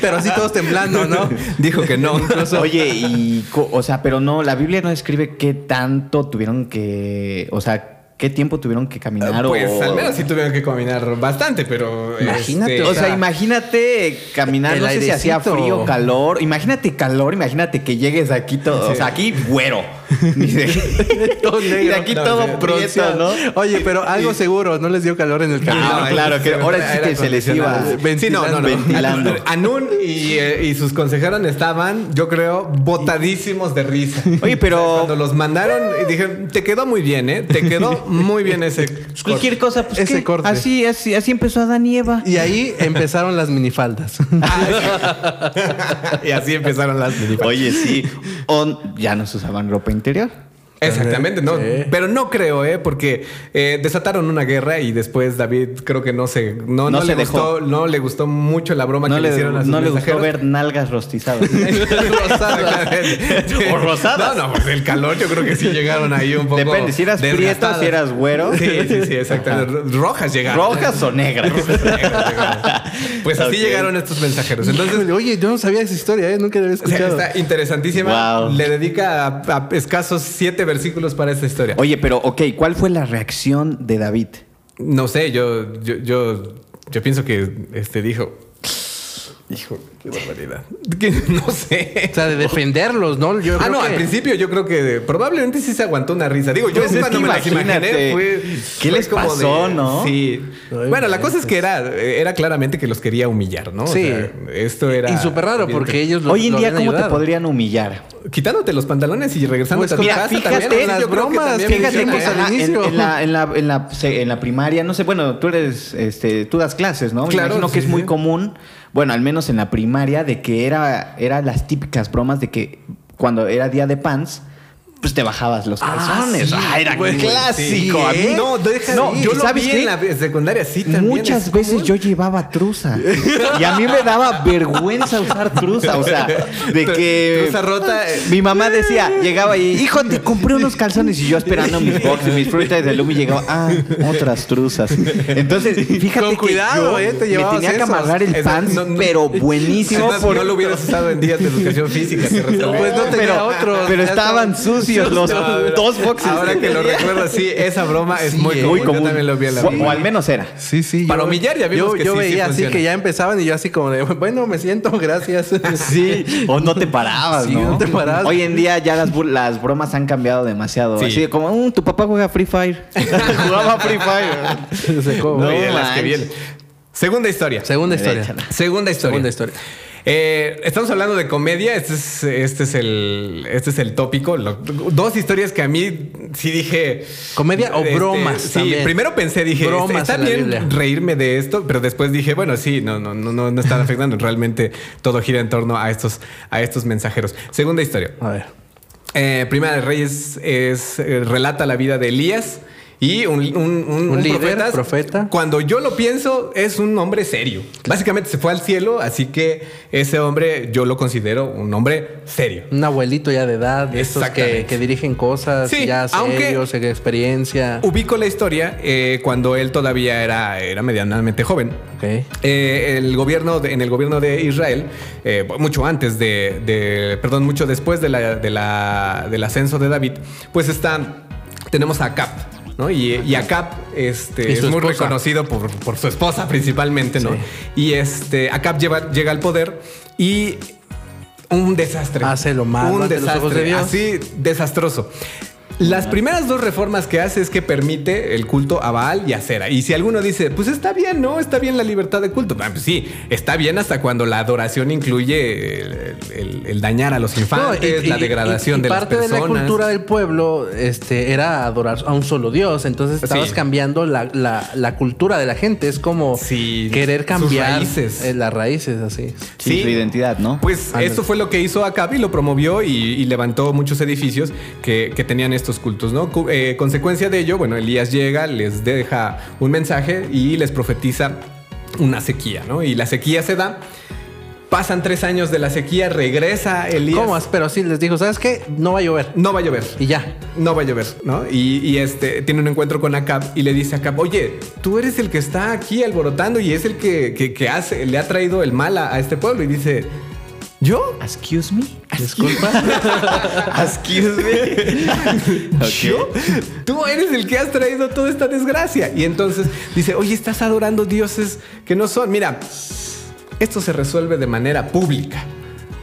Speaker 2: Pero así todos temblando, ¿no?
Speaker 3: Dijo que no.
Speaker 1: Oye, y, co- o sea, pero no, la Biblia no describe qué tanto tuvieron que, o sea, qué tiempo tuvieron que caminar o-
Speaker 3: Pues al menos sí tuvieron que caminar bastante, pero.
Speaker 2: Imagínate,
Speaker 3: este,
Speaker 1: O sea, imagínate caminar,
Speaker 2: El
Speaker 1: no sé si hacía
Speaker 2: airecito.
Speaker 1: frío, calor. Imagínate calor, imagínate que llegues aquí todo, o sea, aquí güero. Y de,
Speaker 2: Todo
Speaker 1: y de
Speaker 2: negro.
Speaker 1: aquí
Speaker 3: No,
Speaker 1: todo
Speaker 3: sí,
Speaker 1: prieto, ¿no?
Speaker 2: Oye, pero algo seguro, no les dio calor en el camino.
Speaker 1: Ah, claro, que ahora sí que se les iba
Speaker 3: Sí, no, no, no.
Speaker 1: ventilando.
Speaker 3: Anun y, eh, y sus consejeros estaban, yo creo, botadísimos de risa.
Speaker 1: Oye, pero-
Speaker 3: Cuando los mandaron, eh, dijeron, te quedó muy bien, ¿eh? Te quedó muy bien ese. corte".
Speaker 1: Cualquier cosa, pues
Speaker 2: Ese
Speaker 1: ¿qué?
Speaker 2: corte.
Speaker 1: Así, así, así empezó Adán y Eva.
Speaker 2: Y ahí empezaron las minifaldas.
Speaker 3: y así empezaron las mini-
Speaker 1: Oye, sí. O ya no se usaban ropa interior.
Speaker 3: Exactamente, no.
Speaker 2: Sí.
Speaker 3: Pero no creo, ¿eh? Porque eh, desataron una guerra y después David creo que no se. No, no,
Speaker 1: No se
Speaker 3: le gustó,
Speaker 1: dejó.
Speaker 3: no le gustó mucho la broma
Speaker 1: No
Speaker 3: que le,
Speaker 1: le,
Speaker 3: hicieron a sus
Speaker 1: no le gustó
Speaker 3: mensajeros.
Speaker 1: ver nalgas rostizadas.
Speaker 3: Exactamente.
Speaker 1: O rosadas.
Speaker 3: No, no, pues el calor yo creo que sí llegaron ahí un poco.
Speaker 1: Depende, si eras prieto,
Speaker 3: desgastadas.
Speaker 1: si eras güero.
Speaker 3: Sí, sí, sí, exactamente. Rojas llegaron.
Speaker 1: Rojas o negras.
Speaker 3: Rojas llegaron. Pues así
Speaker 1: Ok.
Speaker 3: llegaron estos mensajeros. Pues Entonces,
Speaker 2: Entonces, oye, yo no sabía esa historia, ¿eh? nunca la había
Speaker 3: o sea,
Speaker 2: escuchado.
Speaker 3: está interesantísima.
Speaker 1: Wow.
Speaker 3: Le dedica a, a escasos siete versículos para esta historia.
Speaker 1: Oye, pero ok, ¿cuál fue la reacción de David?
Speaker 3: No sé, yo, yo, yo, yo pienso que este dijo. Hijo, qué barbaridad. Que no sé.
Speaker 2: O sea, de defenderlos, ¿no? Yo
Speaker 3: Ah,
Speaker 2: creo
Speaker 3: no,
Speaker 2: que-
Speaker 3: al principio yo creo que probablemente sí se aguantó una risa. Digo, yo
Speaker 1: Pues es
Speaker 3: nunca no
Speaker 1: que
Speaker 3: me las
Speaker 1: imagínate,
Speaker 3: imaginé. Fue-
Speaker 1: ¿qué
Speaker 3: fue
Speaker 1: les pasó, no?
Speaker 3: Sí.
Speaker 2: Ay,
Speaker 3: bueno, la
Speaker 2: güey,
Speaker 3: cosa es que era, era claramente que los quería humillar, ¿no? O
Speaker 2: Sí.
Speaker 3: sea, esto era.
Speaker 2: Y súper raro, porque ellos lo-
Speaker 1: Hoy en
Speaker 2: lo
Speaker 1: día,
Speaker 2: habían
Speaker 1: ¿cómo
Speaker 2: ayudado.
Speaker 1: te podrían humillar?
Speaker 3: Quitándote los pantalones y regresando
Speaker 2: Pues,
Speaker 3: a tu
Speaker 2: mira,
Speaker 3: casa
Speaker 2: fíjate
Speaker 3: también.
Speaker 2: en las
Speaker 3: yo creo que
Speaker 2: bromas,
Speaker 3: también
Speaker 2: fíjate
Speaker 1: Fíjate
Speaker 3: funciona,
Speaker 1: que
Speaker 2: eh, al
Speaker 1: ajá, en,
Speaker 2: inicio.
Speaker 1: en la, en, la, en, la, se- en la primaria, no sé, bueno, tú eres, este, tú das clases, ¿no? Me
Speaker 3: Claro,
Speaker 1: imagino que
Speaker 3: sí,
Speaker 1: es muy
Speaker 3: sí.
Speaker 1: común, bueno, al menos en la primaria, de que era, era las típicas bromas de que cuando era día de pants, pues te bajabas los calzones. Ah, era
Speaker 3: Güey, sí.
Speaker 1: clásico. A mí-
Speaker 3: No, deja
Speaker 1: No,
Speaker 3: de ir.
Speaker 1: yo
Speaker 3: yo
Speaker 1: lo
Speaker 3: lo
Speaker 1: ¿sabes
Speaker 3: vi
Speaker 1: qué?
Speaker 3: en la secundaria, sí también.
Speaker 1: Muchas
Speaker 3: es
Speaker 1: veces
Speaker 3: como-
Speaker 1: yo llevaba trusa y a mí me daba vergüenza usar trusa, o sea, de que
Speaker 3: Trusa rota, eh.
Speaker 1: Mi mamá decía, llegaba y hijo te compré unos calzones y yo esperando mis boxes, mis frutas de lumi llegaba, ah, otras truzas. Entonces, fíjate
Speaker 2: Con
Speaker 1: que yo
Speaker 2: cuidado, eh, te
Speaker 1: me
Speaker 2: llevabas
Speaker 1: tenía que
Speaker 2: esos.
Speaker 1: amarrar el
Speaker 3: Es-
Speaker 1: pants,
Speaker 3: no- no-
Speaker 1: pero buenísimo.
Speaker 3: Además, no lo hubieras usado en días de educación física. te recuerdo.
Speaker 2: pues no tenía
Speaker 1: pero,
Speaker 2: otros,
Speaker 1: pero
Speaker 2: ya
Speaker 1: estaban sucios los
Speaker 3: No, a ver,
Speaker 1: dos boxes.
Speaker 3: Ahora que lo recuerdo, sí, esa broma es
Speaker 2: Sí,
Speaker 3: muy
Speaker 2: eh.
Speaker 3: común.
Speaker 1: muy común.
Speaker 3: Yo también lo vi en la
Speaker 1: o,
Speaker 3: vida.
Speaker 1: o al menos era.
Speaker 2: Sí, sí.
Speaker 3: Para humillar ya vimos
Speaker 2: yo,
Speaker 3: que
Speaker 2: yo
Speaker 3: sí, sí
Speaker 2: veía así
Speaker 3: funciona.
Speaker 2: que ya empezaban y yo así como de, bueno, me siento, gracias.
Speaker 1: Sí, o no te parabas,
Speaker 2: Sí,
Speaker 1: ¿no?
Speaker 2: no te parabas.
Speaker 1: Hoy en día ya las, bur- las bromas han cambiado demasiado.
Speaker 3: Sí.
Speaker 1: Así de como, "Mm, tu papá juega Free Fire. Jugaba Free Fire.
Speaker 2: No sé cómo.
Speaker 3: No, y de las que
Speaker 1: manches.
Speaker 3: vienen. Segunda historia.
Speaker 2: Segunda historia.
Speaker 1: Échala.
Speaker 3: Segunda historia.
Speaker 2: Segunda historia.
Speaker 3: Eh, estamos hablando de comedia. Este es, este es el, este es el tópico. Lo- dos historias que a mí sí dije. este,
Speaker 2: ¿Comedia o bromas
Speaker 3: Sí,
Speaker 2: también?
Speaker 3: primero pensé, dije,
Speaker 2: Bromas
Speaker 3: está
Speaker 2: en la
Speaker 3: bien
Speaker 2: Biblia.
Speaker 3: reírme de esto, pero después dije, bueno, sí, no, no, no, no, no están afectando. Realmente todo gira en torno a estos, a estos mensajeros. Segunda historia.
Speaker 2: A ver.
Speaker 3: Eh, Primera de Reyes es, eh, relata la vida de Elías y un, un- un-
Speaker 2: Un
Speaker 3: un
Speaker 2: líder,
Speaker 3: profetas.
Speaker 2: profeta.
Speaker 3: Cuando yo lo pienso, es un hombre serio. Básicamente se fue al cielo, así que ese hombre yo lo considero un hombre serio.
Speaker 2: Un abuelito ya de edad, de estos que,
Speaker 3: Exactamente.
Speaker 2: que dirigen cosas,
Speaker 3: Sí,
Speaker 2: ya
Speaker 3: aunque-
Speaker 2: serios, en experiencia.
Speaker 3: Ubico la historia eh, cuando él todavía era, era medianamente joven.
Speaker 2: Ok.
Speaker 3: Eh, el gobierno de- en el gobierno de Israel, eh, mucho antes de, de- perdón, mucho después de la- de la- del ascenso de David, pues está, tenemos a Acap, ¿no? Y, y Acap este,
Speaker 2: Y
Speaker 3: es
Speaker 2: su
Speaker 3: muy
Speaker 2: esposa.
Speaker 3: reconocido por, por su esposa principalmente, ¿no?
Speaker 2: Sí.
Speaker 3: Y este, Acap lleva- llega al poder y un desastre.
Speaker 2: Hace lo malo
Speaker 3: Un
Speaker 2: ante los
Speaker 3: desastre.
Speaker 2: ojos de Dios.
Speaker 3: Así, desastroso. Las primeras dos reformas que hace es que permite el culto a Baal y a Cera. Y si alguno dice, pues está bien, ¿no? Está bien la libertad de culto. Ah, pues sí, está bien hasta cuando la adoración incluye el, el- el dañar a los infantes,
Speaker 2: No, y-
Speaker 3: la
Speaker 2: y-
Speaker 3: degradación
Speaker 2: y- y
Speaker 3: de las
Speaker 2: parte
Speaker 3: personas.
Speaker 2: de la cultura del pueblo este, era adorar a un solo Dios. Entonces estabas
Speaker 3: Sí.
Speaker 2: cambiando la, la- la cultura de la gente. Es como
Speaker 3: Sí,
Speaker 2: querer
Speaker 3: sus
Speaker 2: cambiar
Speaker 3: raíces.
Speaker 2: eh, las raíces, así.
Speaker 1: Sí,
Speaker 3: Sí.
Speaker 1: su identidad, ¿no?
Speaker 3: Pues
Speaker 2: Ándale.
Speaker 3: esto fue lo que hizo Acab y lo promovió y, y levantó muchos edificios que, que tenían estos cultos, ¿no? Cu- eh, consecuencia de ello, bueno, Elías llega, les deja un mensaje y les profetiza una sequía, ¿no? Y la sequía se da. Pasan tres años de la sequía, regresa Elías.
Speaker 2: ¿Cómo? Pero sí les dijo, ¿sabes qué? No va a llover.
Speaker 3: No va a llover.
Speaker 2: Y ya.
Speaker 3: No va a llover, ¿no? Y, y, este tiene un encuentro con Acab y le dice a Acab, oye, tú eres el que está aquí alborotando y es el que, que- que hace, le ha traído el mal a- a este pueblo. Y dice, ¿yo?
Speaker 1: Excuse me.
Speaker 2: Disculpa.
Speaker 1: Excuse me.
Speaker 3: ¿Yo? Tú eres el que has traído toda esta desgracia. Y entonces dice, oye, estás adorando dioses que no son. Mira, esto se resuelve de manera pública.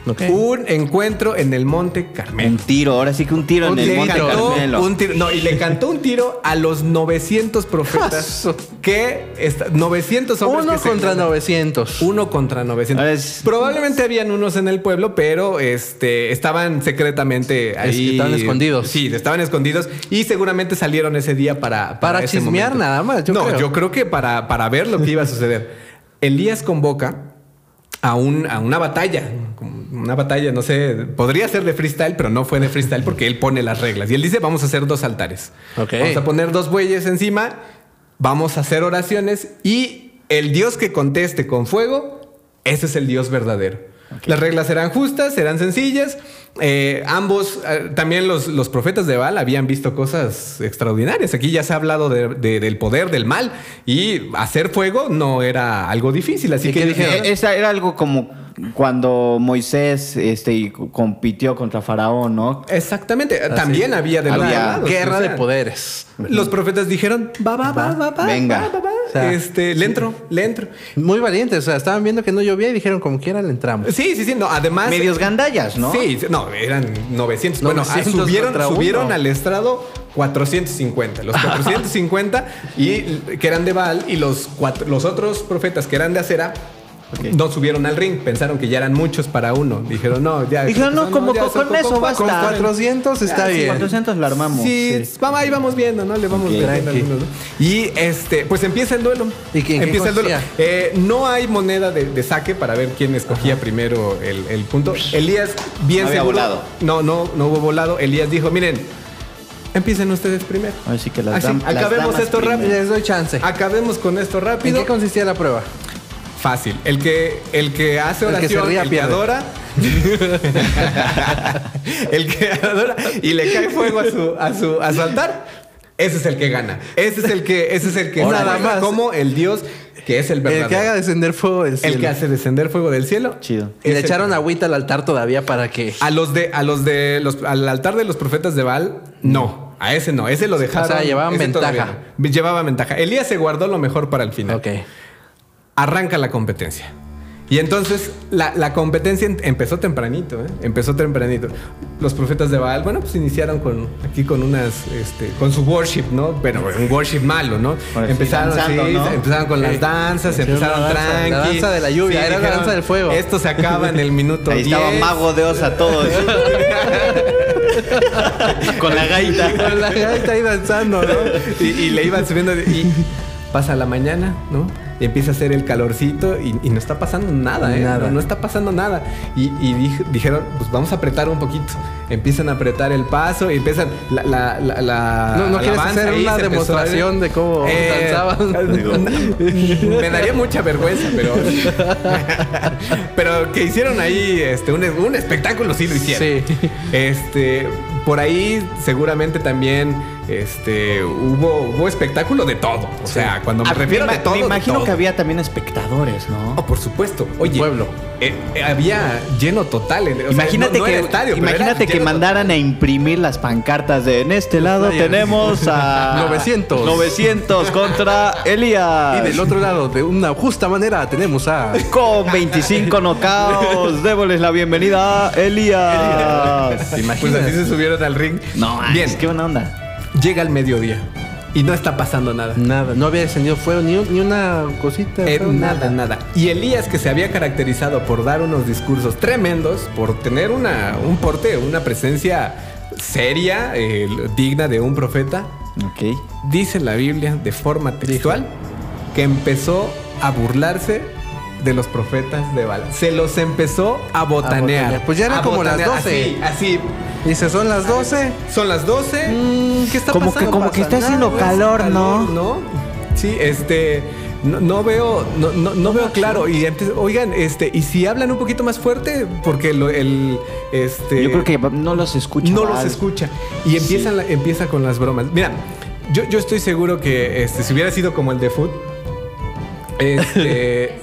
Speaker 2: Ok.
Speaker 3: Un encuentro en el Monte
Speaker 1: Un
Speaker 3: Carmelo.
Speaker 1: tiro, ahora sí que un tiro en
Speaker 3: Le
Speaker 1: el Monte
Speaker 3: cantó
Speaker 1: Carmelo.
Speaker 3: un tiro- no, y le cantó un tiro a los 900 profetas
Speaker 2: Aso.
Speaker 3: que esta- 900 hombres
Speaker 2: Uno
Speaker 3: que se-
Speaker 2: contra 900.
Speaker 3: uno contra 900.
Speaker 1: Ahora es-
Speaker 3: Probablemente habían unos en el pueblo, pero este estaban secretamente ahí.
Speaker 2: estaban escondidos.
Speaker 3: Sí, estaban escondidos y seguramente salieron ese día para
Speaker 2: Para
Speaker 3: ese
Speaker 2: chismear
Speaker 3: momento.
Speaker 2: nada más, yo
Speaker 3: no,
Speaker 2: creo.
Speaker 3: yo creo que para, para ver lo que iba a suceder. Elías convoca a, un, a una batalla. como Una batalla, no sé, podría ser de freestyle, pero no fue de freestyle porque él pone las reglas. Y él dice, vamos a hacer dos altares.
Speaker 2: Ok.
Speaker 3: Vamos a poner dos bueyes encima, vamos a hacer oraciones y el Dios que conteste con fuego, ese es el Dios verdadero. Las reglas serán justas, serán sencillas. Eh, ambos, eh, también los, los profetas de Baal habían visto cosas extraordinarias. Aquí ya se ha hablado de- de- del poder, del mal, y hacer fuego no era algo difícil. Así
Speaker 2: ¿Y
Speaker 3: que
Speaker 2: qué
Speaker 3: dijeron,
Speaker 1: Eh, esa era algo como cuando Moisés este, y compitió contra Faraón, ¿no?
Speaker 3: Exactamente. También había de los
Speaker 1: Había
Speaker 3: dos lados,
Speaker 2: Guerra
Speaker 3: o
Speaker 2: de
Speaker 3: sea,
Speaker 2: poderes.
Speaker 3: Los profetas dijeron, va, va, va, va, va,
Speaker 1: Venga.
Speaker 3: va, va, va.
Speaker 2: sea,
Speaker 3: este, le entro, le entro.
Speaker 2: Muy valientes, o sea, estaban viendo que no llovía y dijeron, como quiera, le entramos.
Speaker 3: Sí, sí, Ah, sí. No, además. eh,
Speaker 1: Medios gandallas, ¿no?
Speaker 3: Sí, sí, no, eran 900. bueno, ah,
Speaker 2: 900
Speaker 3: subieron,
Speaker 2: contra uno.
Speaker 3: subieron al estrado 450. Los 450 y que eran de Baal y los, cuatro- los otros profetas que eran de acera.
Speaker 1: Ok.
Speaker 3: No subieron al ring, pensaron que ya eran muchos para uno. Dijeron, no, ya.
Speaker 1: Dijeron, no, como
Speaker 3: ya
Speaker 1: con-
Speaker 3: son-
Speaker 1: con eso basta. Ah,
Speaker 2: Con
Speaker 1: Está-
Speaker 2: 400 está
Speaker 1: Ah, sí,
Speaker 2: bien.
Speaker 1: 400 la armamos.
Speaker 3: Sí, vamos, ahí vamos viendo, ¿no? Le vamos
Speaker 1: Ok.
Speaker 3: metiendo algunos, ¿no? Y este, pues empieza el duelo.
Speaker 2: ¿Y qué- en qué
Speaker 3: empieza el duelo.
Speaker 2: consistía?
Speaker 3: Eh, no hay moneda de, de saque para ver quién escogía primero el, el punto. Elías, bien
Speaker 4: No había
Speaker 3: seguro-
Speaker 4: volado.
Speaker 3: No, no, no hubo volado. Elías dijo, miren, empiecen ustedes primero.
Speaker 1: Así que las
Speaker 3: Así,
Speaker 1: dam- las
Speaker 3: acabemos
Speaker 1: damas
Speaker 3: esto
Speaker 1: primero.
Speaker 3: rápido.
Speaker 2: Les doy chance.
Speaker 3: Acabemos con esto
Speaker 2: ¿En
Speaker 3: rápido.
Speaker 2: qué consistía la prueba?
Speaker 3: Fácil. El que, el que hace
Speaker 2: El que
Speaker 3: oración, el
Speaker 2: se
Speaker 3: que,
Speaker 2: ría, pierde.
Speaker 3: adora. el que adora y le cae fuego a su, a su, a su altar. Ese es el que gana. Ese es el que, ese es el que
Speaker 2: Ahora
Speaker 3: nada
Speaker 2: más.
Speaker 3: más como el Dios que es el verdadero.
Speaker 2: El que haga descender fuego del cielo.
Speaker 3: hace descender fuego del cielo.
Speaker 1: Chido.
Speaker 2: Y le
Speaker 3: es el-
Speaker 2: echaron agüita al altar todavía para que...
Speaker 3: A los de, a los de los, al altar de los profetas de Baal, no. A ese no, ese lo dejaron.
Speaker 2: sea, llevaban
Speaker 3: ese todavía
Speaker 2: ventaja.
Speaker 3: no. Llevaba ventaja. Elías se guardó lo mejor para el final.
Speaker 2: Ok.
Speaker 3: arranca la competencia. Y entonces la, la competencia em- empezó tempranito, ¿eh? empezó tempranito. Los profetas de Baal, bueno, pues iniciaron con aquí con unas, este, con su worship, ¿no? Pero un worship malo, ¿no?
Speaker 1: Ahora sí,
Speaker 3: empezaron
Speaker 1: danzando,
Speaker 3: así,
Speaker 1: ¿no?
Speaker 3: empezaron con las danzas,
Speaker 2: Hicieron
Speaker 3: empezaron
Speaker 2: la danza,
Speaker 3: tranqui.
Speaker 2: la danza de la lluvia, era la danza del fuego.
Speaker 3: Esto se acaba en el minuto
Speaker 1: Ahí estaba
Speaker 3: 10".
Speaker 1: Mago de Oz a todos. Con la gaita.
Speaker 3: Ah,
Speaker 2: Con la gaita ahí danzando, ¿no?
Speaker 3: y, y le iban subiendo y pasa la mañana, ¿no? Y empieza a hacer el calorcito y, y no está pasando nada, ¿eh?
Speaker 2: Nada.
Speaker 3: No, no está pasando nada. Y, y dij- dijeron, pues vamos a apretar un poquito. Empiezan a apretar el paso y empiezan la... la, la, la-
Speaker 2: No, ¿no quieres
Speaker 3: alabanza
Speaker 2: hacer
Speaker 3: ahí,
Speaker 2: una
Speaker 3: se empezó a- Eh,
Speaker 2: demostración de cómo danzaban?
Speaker 1: Digo.
Speaker 3: Me daría mucha vergüenza, pero... pero que hicieron ahí este, un, un espectáculo, sí lo hicieron.
Speaker 2: Sí.
Speaker 3: Este, por ahí seguramente también este, hubo, hubo espectáculo de todo. O sea, cuando me
Speaker 1: Ah,
Speaker 3: refiero
Speaker 1: me
Speaker 3: a
Speaker 1: ima-
Speaker 3: todo.
Speaker 1: me
Speaker 3: de
Speaker 1: imagino
Speaker 3: todo.
Speaker 1: que había también espectadores, ¿no?
Speaker 3: Oh, por supuesto. Oye.
Speaker 2: Pueblo.
Speaker 3: eh, eh, había lleno total. en- o sea,
Speaker 1: imagínate
Speaker 3: no- no
Speaker 1: que,
Speaker 3: era estadio, pero
Speaker 1: imagínate
Speaker 3: era
Speaker 1: que
Speaker 3: lleno
Speaker 1: mandaran a imprimir las pancartas de en este lado
Speaker 2: Flyers".
Speaker 1: tenemos a
Speaker 2: 900.
Speaker 1: 900 contra Elías.
Speaker 2: Y del otro lado, de una justa manera, tenemos a...
Speaker 1: Con 25 knockouts, démosles la bienvenida a Elías.
Speaker 3: total. Pues así se subieron al ring.
Speaker 1: No,
Speaker 3: Bien,
Speaker 1: es qué buena onda.
Speaker 3: llega el mediodía y no está pasando nada.
Speaker 2: Nada, no había descendido fuego, ni, un- ni una cosita.
Speaker 3: Eh,
Speaker 2: fuego,
Speaker 3: nada, nada. Y Elías, que se había caracterizado por dar unos discursos tremendos, por tener una, un porte, una presencia seria, eh, digna de un profeta,
Speaker 1: Ok.
Speaker 3: dice la Biblia de forma textual que empezó a burlarse de los profetas de Baal. Se los empezó a botanear.
Speaker 2: botanear. Pues ya eran
Speaker 3: A
Speaker 2: como las
Speaker 3: botanear,
Speaker 2: 12.
Speaker 3: Así, así.
Speaker 2: Dice, son las 12.
Speaker 3: Son las 12.
Speaker 2: Mm.
Speaker 3: ¿Qué está
Speaker 1: Como que-
Speaker 3: pasando?
Speaker 1: como que
Speaker 3: Pasa
Speaker 1: está haciendo
Speaker 3: nada,
Speaker 1: calor,
Speaker 3: hace
Speaker 1: ¿no?
Speaker 3: ¿no? Sí, este. No, no veo, no, no- no veo claro. Y antes, oigan, este, y si hablan un poquito más fuerte, porque lo- el, este,
Speaker 1: Yo creo que no los escucho.
Speaker 3: no los escucha. Y empiezan la- empieza con las bromas. Mira, yo, yo estoy seguro que este, si hubiera sido como el de Food, este.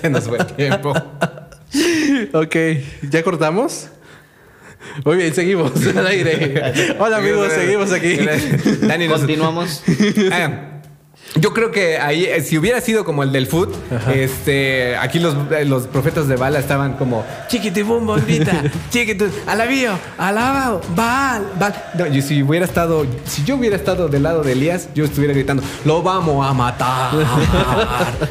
Speaker 3: se nos fue el tiempo.
Speaker 2: Ok, ¿ya cortamos? Muy bien, seguimos al aire. Hola amigos, seguimos aquí.
Speaker 3: Dani, nos-
Speaker 1: Continuamos.
Speaker 3: Ah, yo creo que ahí, eh, si hubiera sido como el del food, este, aquí los, eh, los profetas de Bala estaban como chiquitibum bombita, chiquitu, alabío, alabao, Baal, Baal. No, yo si hubiera estado, si yo hubiera estado del lado de Elías, yo estuviera gritando, lo vamos a matar,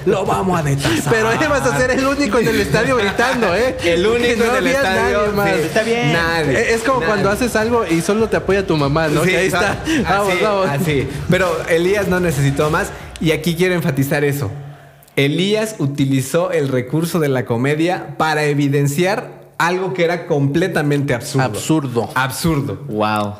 Speaker 3: lo vamos a detazar.
Speaker 2: Pero ahí vas a ser el único en el estadio gritando, ¿eh?
Speaker 3: el
Speaker 2: Que
Speaker 3: único en
Speaker 2: no
Speaker 3: el
Speaker 2: había
Speaker 3: estadio.
Speaker 2: nadie más.
Speaker 3: sí,
Speaker 1: Está bien.
Speaker 3: nadie,
Speaker 2: Eh, Es como
Speaker 3: nadie.
Speaker 2: cuando haces algo y solo te apoya tu mamá, ¿no?
Speaker 3: Sí,
Speaker 2: Que ahí
Speaker 3: o sea,
Speaker 2: está. Vamos,
Speaker 3: así,
Speaker 2: vamos.
Speaker 3: así. Pero Elías no necesitó más. Y aquí quiero enfatizar eso. Elías utilizó el recurso de la comedia para evidenciar algo que era completamente absurdo.
Speaker 2: Absurdo.
Speaker 3: Absurdo.
Speaker 1: wow.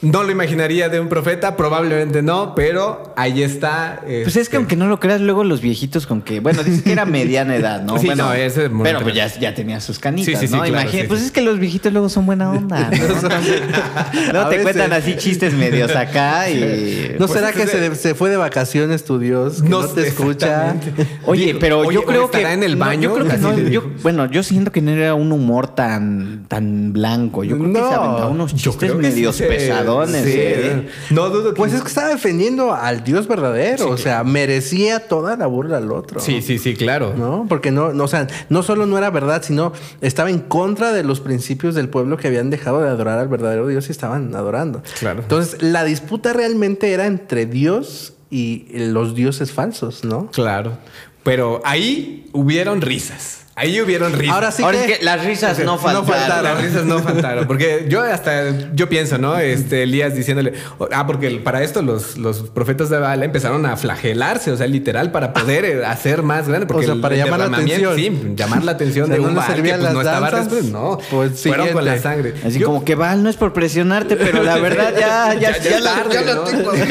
Speaker 3: No lo imaginaría de un profeta, probablemente no, pero ahí está.
Speaker 1: Pues es que
Speaker 3: este,
Speaker 1: aunque no lo creas, luego los viejitos con que, bueno, dices que era mediana edad, ¿no?
Speaker 3: Sí,
Speaker 1: bueno,
Speaker 3: no, ese es muy
Speaker 1: pero pues ya,
Speaker 3: tremendo.
Speaker 1: ya tenía sus canitas,
Speaker 3: Sí, sí, sí,
Speaker 1: ¿no?
Speaker 3: claro,
Speaker 1: Imagina-
Speaker 3: sí,
Speaker 1: pues
Speaker 3: sí.
Speaker 1: es que los viejitos luego son buena onda, ¿no? Luego
Speaker 2: A
Speaker 1: te
Speaker 2: veces.
Speaker 1: cuentan así chistes medios acá y...
Speaker 2: ¿No
Speaker 3: Pues
Speaker 2: será
Speaker 3: es
Speaker 2: que
Speaker 3: que
Speaker 2: se, se fue de vacaciones tu Dios? que No,
Speaker 3: No
Speaker 2: te
Speaker 3: sé,
Speaker 2: escucha.
Speaker 3: exactamente.
Speaker 1: Oye,
Speaker 3: Digo,
Speaker 1: pero
Speaker 3: oye,
Speaker 1: yo
Speaker 3: o
Speaker 1: creo
Speaker 3: estará
Speaker 1: que
Speaker 3: en el baño,
Speaker 1: no, yo creo que
Speaker 3: así
Speaker 1: no,
Speaker 3: le
Speaker 1: yo-
Speaker 3: dijo.
Speaker 1: bueno, yo siento que no era un humor tan tan blanco. Yo creo que
Speaker 2: No,
Speaker 1: se aventaba unos
Speaker 3: yo
Speaker 1: chistes
Speaker 3: creo que sí
Speaker 1: medios
Speaker 3: se-
Speaker 1: cabrones.
Speaker 3: Sí,
Speaker 1: eh.
Speaker 3: No dudo que.
Speaker 2: Pues es que estaba defendiendo al Dios verdadero. o sea, merecía toda la burla al otro.
Speaker 3: Sí, sí, sí, claro.
Speaker 2: ¿No? Porque no, no, o sea, no solo no era verdad, sino estaba en contra de los principios del pueblo que habían dejado de adorar al verdadero Dios y estaban adorando.
Speaker 3: Claro.
Speaker 2: Entonces, la disputa realmente era entre Dios y los dioses falsos, ¿no?
Speaker 3: Claro. Pero ahí hubieron risas. Ahí hubieron risas.
Speaker 2: Ahora sí
Speaker 1: Ahora
Speaker 2: que,
Speaker 1: es que las risas no faltaron.
Speaker 3: Las risas no faltaron. Porque yo hasta, yo pienso, ¿no? Este, Elías diciéndole, ah, porque para esto los, los profetas de Baal empezaron a flagelarse, o sea, literal, para poder eh, hacer más grande. Porque
Speaker 2: O sea, para
Speaker 3: el
Speaker 2: llamar la
Speaker 3: derramamiento-
Speaker 2: atención.
Speaker 3: Sí, llamar la atención
Speaker 2: O sea,
Speaker 3: de
Speaker 2: no
Speaker 3: un
Speaker 2: les
Speaker 3: Baal que
Speaker 2: servían
Speaker 3: pues, no
Speaker 2: las
Speaker 3: estaba
Speaker 2: danzas,
Speaker 3: respondiendo. No,
Speaker 2: pues,
Speaker 3: fueron con la
Speaker 2: siguiente.
Speaker 3: sangre.
Speaker 1: Así
Speaker 3: Yo-
Speaker 1: como que Val, no es por presionarte, pero la verdad ya, ya,
Speaker 3: Ya- ya
Speaker 1: ya
Speaker 3: es
Speaker 1: la-
Speaker 3: tarde,
Speaker 1: ya la
Speaker 3: ¿no?
Speaker 1: tengo. Ay,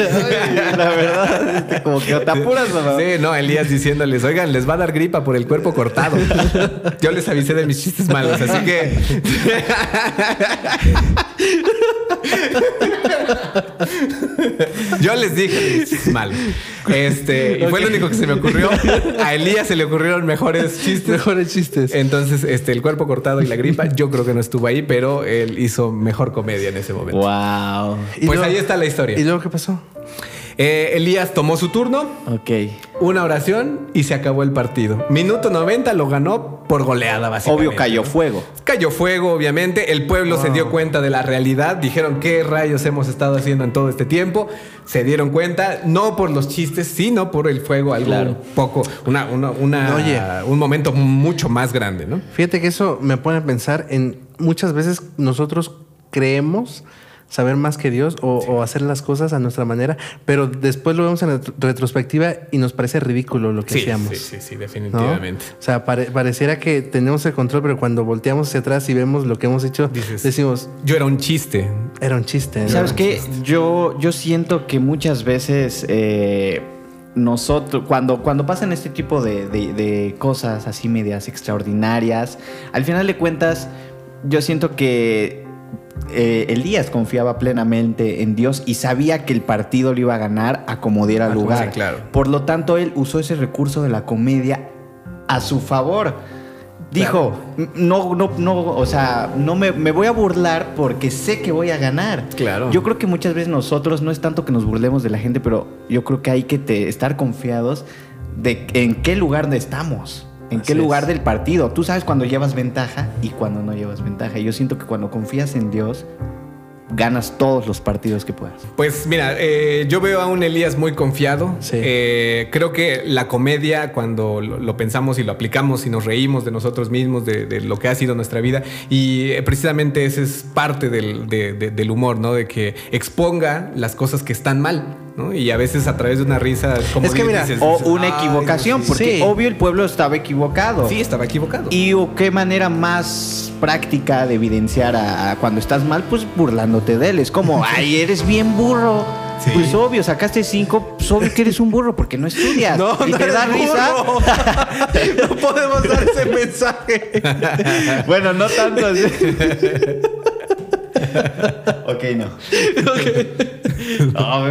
Speaker 1: La verdad, este, como que o te apuras o no.
Speaker 3: Sí, no, Elías diciéndoles, oigan, les va a dar gripa por el cuerpo cortado. Yo les avisé de mis chistes malos, así que. Yo les dije de mis chistes malos. Este, y fue lo único que se me ocurrió. A Elías se le ocurrieron mejores chistes.
Speaker 2: mejores chistes.
Speaker 3: Entonces, este, el cuerpo cortado y la gripa, yo creo que no estuvo ahí, pero él hizo mejor comedia en ese momento.
Speaker 1: Wow.
Speaker 2: Y
Speaker 3: Pues
Speaker 2: luego-
Speaker 3: ahí está la historia.
Speaker 2: ¿Y luego qué pasó?
Speaker 3: Eh, Elías tomó su turno,
Speaker 1: Ok.
Speaker 3: una oración y se acabó el partido. Minuto 90 lo ganó por goleada, básicamente.
Speaker 1: Obvio cayó fuego.
Speaker 3: Cayó fuego, obviamente. El pueblo se dio cuenta de la realidad. Dijeron, ¿qué rayos hemos estado haciendo en todo este tiempo? Se dieron cuenta, no por los chistes, sino por el fuego. Algo
Speaker 1: Claro.
Speaker 3: un poco, una, una, una-
Speaker 2: Oye.
Speaker 3: un momento mucho más grande, ¿no?
Speaker 2: Fíjate que eso me pone a pensar en muchas veces nosotros creemos saber más que Dios o, o hacer las cosas a nuestra manera, pero después lo vemos en retro- retrospectiva y nos parece ridículo lo que hacíamos.
Speaker 3: sí, sí, sí,
Speaker 2: ¿no?
Speaker 3: definitivamente.
Speaker 2: O sea, pare- pareciera que tenemos el control, pero cuando volteamos hacia atrás y vemos lo que hemos hecho,
Speaker 3: Dices-
Speaker 2: decimos,
Speaker 3: Yo era un chiste.
Speaker 2: era un chiste. ¿no?".
Speaker 1: ¿Sabes qué? Yo, yo siento que muchas veces eh, nosotros, cuando, cuando pasan este tipo de, de- de cosas así medias extraordinarias, al final de cuentas, yo siento que eh, Elías confiaba plenamente en Dios y sabía que el partido lo iba a ganar a como diera
Speaker 3: Ah,
Speaker 1: lugar.
Speaker 3: sí, claro.
Speaker 1: Por lo tanto, él usó ese recurso de la comedia a su favor. Dijo, no, no, no, o sea, no me, me voy a burlar porque sé que voy a ganar.
Speaker 3: Claro.
Speaker 1: Yo creo que muchas veces nosotros no es tanto que nos burlemos de la gente, pero yo creo que hay que te- estar confiados de en qué lugar de estamos, en
Speaker 2: Así
Speaker 1: qué
Speaker 2: es.
Speaker 1: lugar del partido. Tú sabes cuando llevas ventaja y cuando no llevas ventaja. Yo siento que cuando confías en Dios, ganas todos los partidos que puedas.
Speaker 3: Pues mira, eh, yo veo a un Elías muy confiado.
Speaker 2: Sí.
Speaker 3: Eh, creo que la comedia, cuando lo, lo pensamos y lo aplicamos y nos reímos de nosotros mismos, de, de lo que ha sido nuestra vida, y eh, precisamente ese es parte del, de- de- del humor, ¿no? De que exponga las cosas que están mal, ¿no? Y a veces a través de una risa, como
Speaker 2: Es que mira,
Speaker 1: O
Speaker 3: dices,
Speaker 1: una
Speaker 3: "Ay,
Speaker 1: equivocación,
Speaker 3: sí,
Speaker 1: porque
Speaker 2: Sí.
Speaker 1: obvio el pueblo estaba equivocado.
Speaker 3: Sí, estaba equivocado.
Speaker 1: ¿Y o qué manera más práctica de evidenciar a, a cuando estás mal? Pues burlándote de él. Es como, ay, eres bien burro.
Speaker 3: Sí.
Speaker 1: Pues obvio, sacaste cinco, pues obvio que eres un burro porque no estudias.
Speaker 2: No,
Speaker 1: y
Speaker 2: no
Speaker 1: te da
Speaker 2: eres
Speaker 1: risa.
Speaker 2: burro. no podemos dar ese mensaje.
Speaker 1: Bueno, no tanto. así. ok, no. No,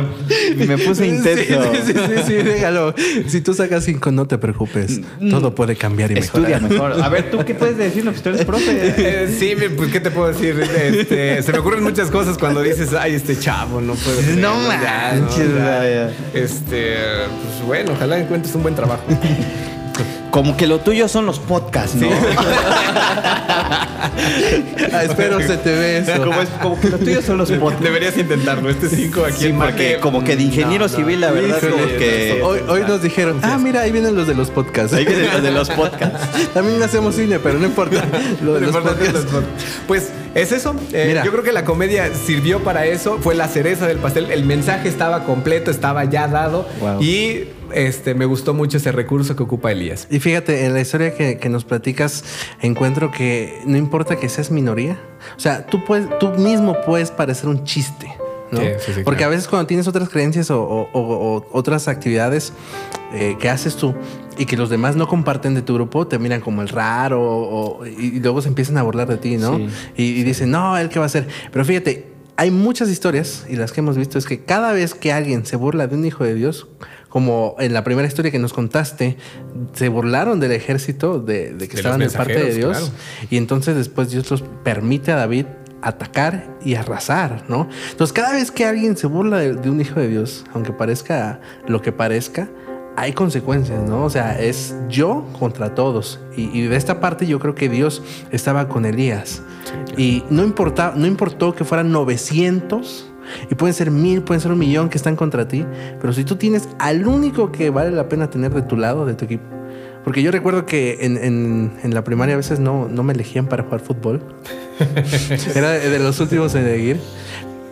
Speaker 1: me, me puse intenso.
Speaker 2: Sí, sí, sí, sí, déjalo. Si tú sacas cinco, no te preocupes.
Speaker 1: Mm,
Speaker 2: Todo puede cambiar y
Speaker 1: Estudia
Speaker 2: mejorar.
Speaker 1: mejor. A ver, ¿tú qué puedes decirnos? Pues tú eres profe.
Speaker 3: Eh, sí, me- pues, ¿qué te puedo decir? Este, se me ocurren muchas cosas cuando dices, ay, este chavo, no puedo.
Speaker 1: No
Speaker 3: ya,
Speaker 1: manches, vaya.
Speaker 3: Este, pues bueno, ojalá encuentres un buen trabajo.
Speaker 1: Como que lo tuyo son los podcasts, ¿no?
Speaker 2: Ah, espero se te ve eso.
Speaker 1: Como, es- como que lo tuyo son los podcasts.
Speaker 3: Deberías intentarlo, este 5 aquí
Speaker 1: Sí,
Speaker 3: en
Speaker 1: porque
Speaker 3: Parque.
Speaker 1: como que de ingeniero civil, la verdad,
Speaker 3: Híjole,
Speaker 1: como que.
Speaker 2: Hoy, hoy nos dijeron, ah, mira, ahí vienen los de los podcasts.
Speaker 1: Ahí vienen los de los podcasts.
Speaker 2: También hacemos cine, pero no importa. Lo
Speaker 3: Lo
Speaker 2: de los
Speaker 3: importante es
Speaker 2: podcasts.
Speaker 3: los- Pues es eso. Eh,
Speaker 2: Mira.
Speaker 3: Yo creo que la comedia sirvió para eso. Fue la cereza del pastel. El mensaje estaba completo, estaba ya dado.
Speaker 1: Wow.
Speaker 3: Y este, me gustó mucho ese recurso que ocupa Elías.
Speaker 2: Y fíjate, en la historia que, que nos platicas, encuentro que no importa que seas minoría. O sea, tú, puedes, tú mismo puedes parecer un chiste. ¿no?
Speaker 3: Sí, sí, sí,
Speaker 2: Porque
Speaker 3: claro.
Speaker 2: a veces cuando tienes otras creencias o, o- o- o otras actividades eh, que haces tú y que los demás no comparten de tu grupo, te miran como el raro o- y, y luego se empiezan a burlar de ti, ¿no?
Speaker 1: Sí.
Speaker 2: y, y dicen, no, él qué va a hacer. Pero fíjate, hay muchas historias y las que hemos visto es que cada vez que alguien se burla de un hijo de Dios, como en la primera historia que nos contaste, se burlaron del ejército de, de que
Speaker 3: De
Speaker 2: estaban de
Speaker 3: los
Speaker 2: parte de
Speaker 3: mensajeros,
Speaker 2: Dios.
Speaker 3: claro.
Speaker 2: Y entonces después Dios los permite a David atacar y arrasar, ¿no? Entonces, cada vez que alguien se burla de, de un hijo de Dios, aunque parezca lo que parezca, hay consecuencias, ¿no? O sea, es yo contra todos. Y, y de esta parte yo creo que Dios estaba con Elías. Y no, importa, no importó que fueran 900, y pueden ser mil, pueden ser un millón que están contra ti, pero si tú tienes al único que vale la pena tener de tu lado, de tu equipo. Porque yo recuerdo que en, en- en la primaria a veces no, no me elegían para jugar fútbol. Era de, de los últimos en elegir.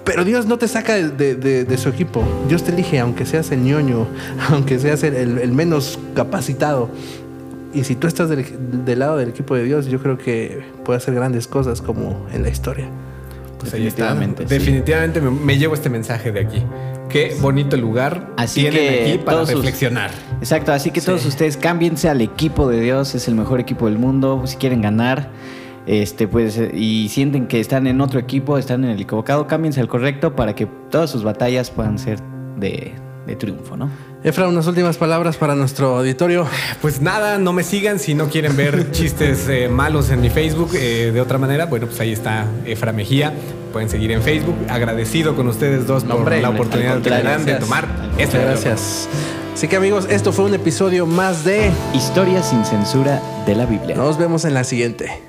Speaker 2: Pero Dios no te saca de, de- de- de su equipo. Dios te elige, aunque seas el ñoño, aunque seas el, el- el menos capacitado. Y si tú estás del, del lado del equipo de Dios, yo creo que puede hacer grandes cosas como en la historia.
Speaker 3: Pues ahí está.
Speaker 1: Definitivamente, sí.
Speaker 3: Definitivamente me, me llevo este mensaje de aquí. Qué bonito lugar
Speaker 1: Así
Speaker 3: tienen
Speaker 1: que
Speaker 3: aquí para
Speaker 1: todos sus-
Speaker 3: reflexionar.
Speaker 1: Exacto, así que todos ustedes cámbiense al equipo de Dios, es el mejor equipo del mundo, si quieren ganar, este pues eh, y sienten que están en otro equipo, están en el equivocado, cámbiense al correcto para que todas sus batallas puedan ser de, de triunfo, ¿no?
Speaker 2: Efra, unas últimas palabras para nuestro auditorio.
Speaker 3: Pues nada, no me sigan si no quieren ver chistes eh, malos en mi Facebook. eh, de otra manera, bueno, pues ahí está Efra Mejía. Pueden seguir en Facebook. Agradecido con ustedes dos
Speaker 2: No,
Speaker 3: por
Speaker 2: hombre,
Speaker 3: la
Speaker 2: al
Speaker 3: oportunidad que me
Speaker 1: contrario,
Speaker 3: dan de
Speaker 1: gracias.
Speaker 3: tomar.
Speaker 1: Al
Speaker 3: este
Speaker 2: Muchas gracias. Así que amigos, esto fue un episodio más de...
Speaker 1: Historia sin censura de la Biblia.
Speaker 2: Nos vemos en la siguiente.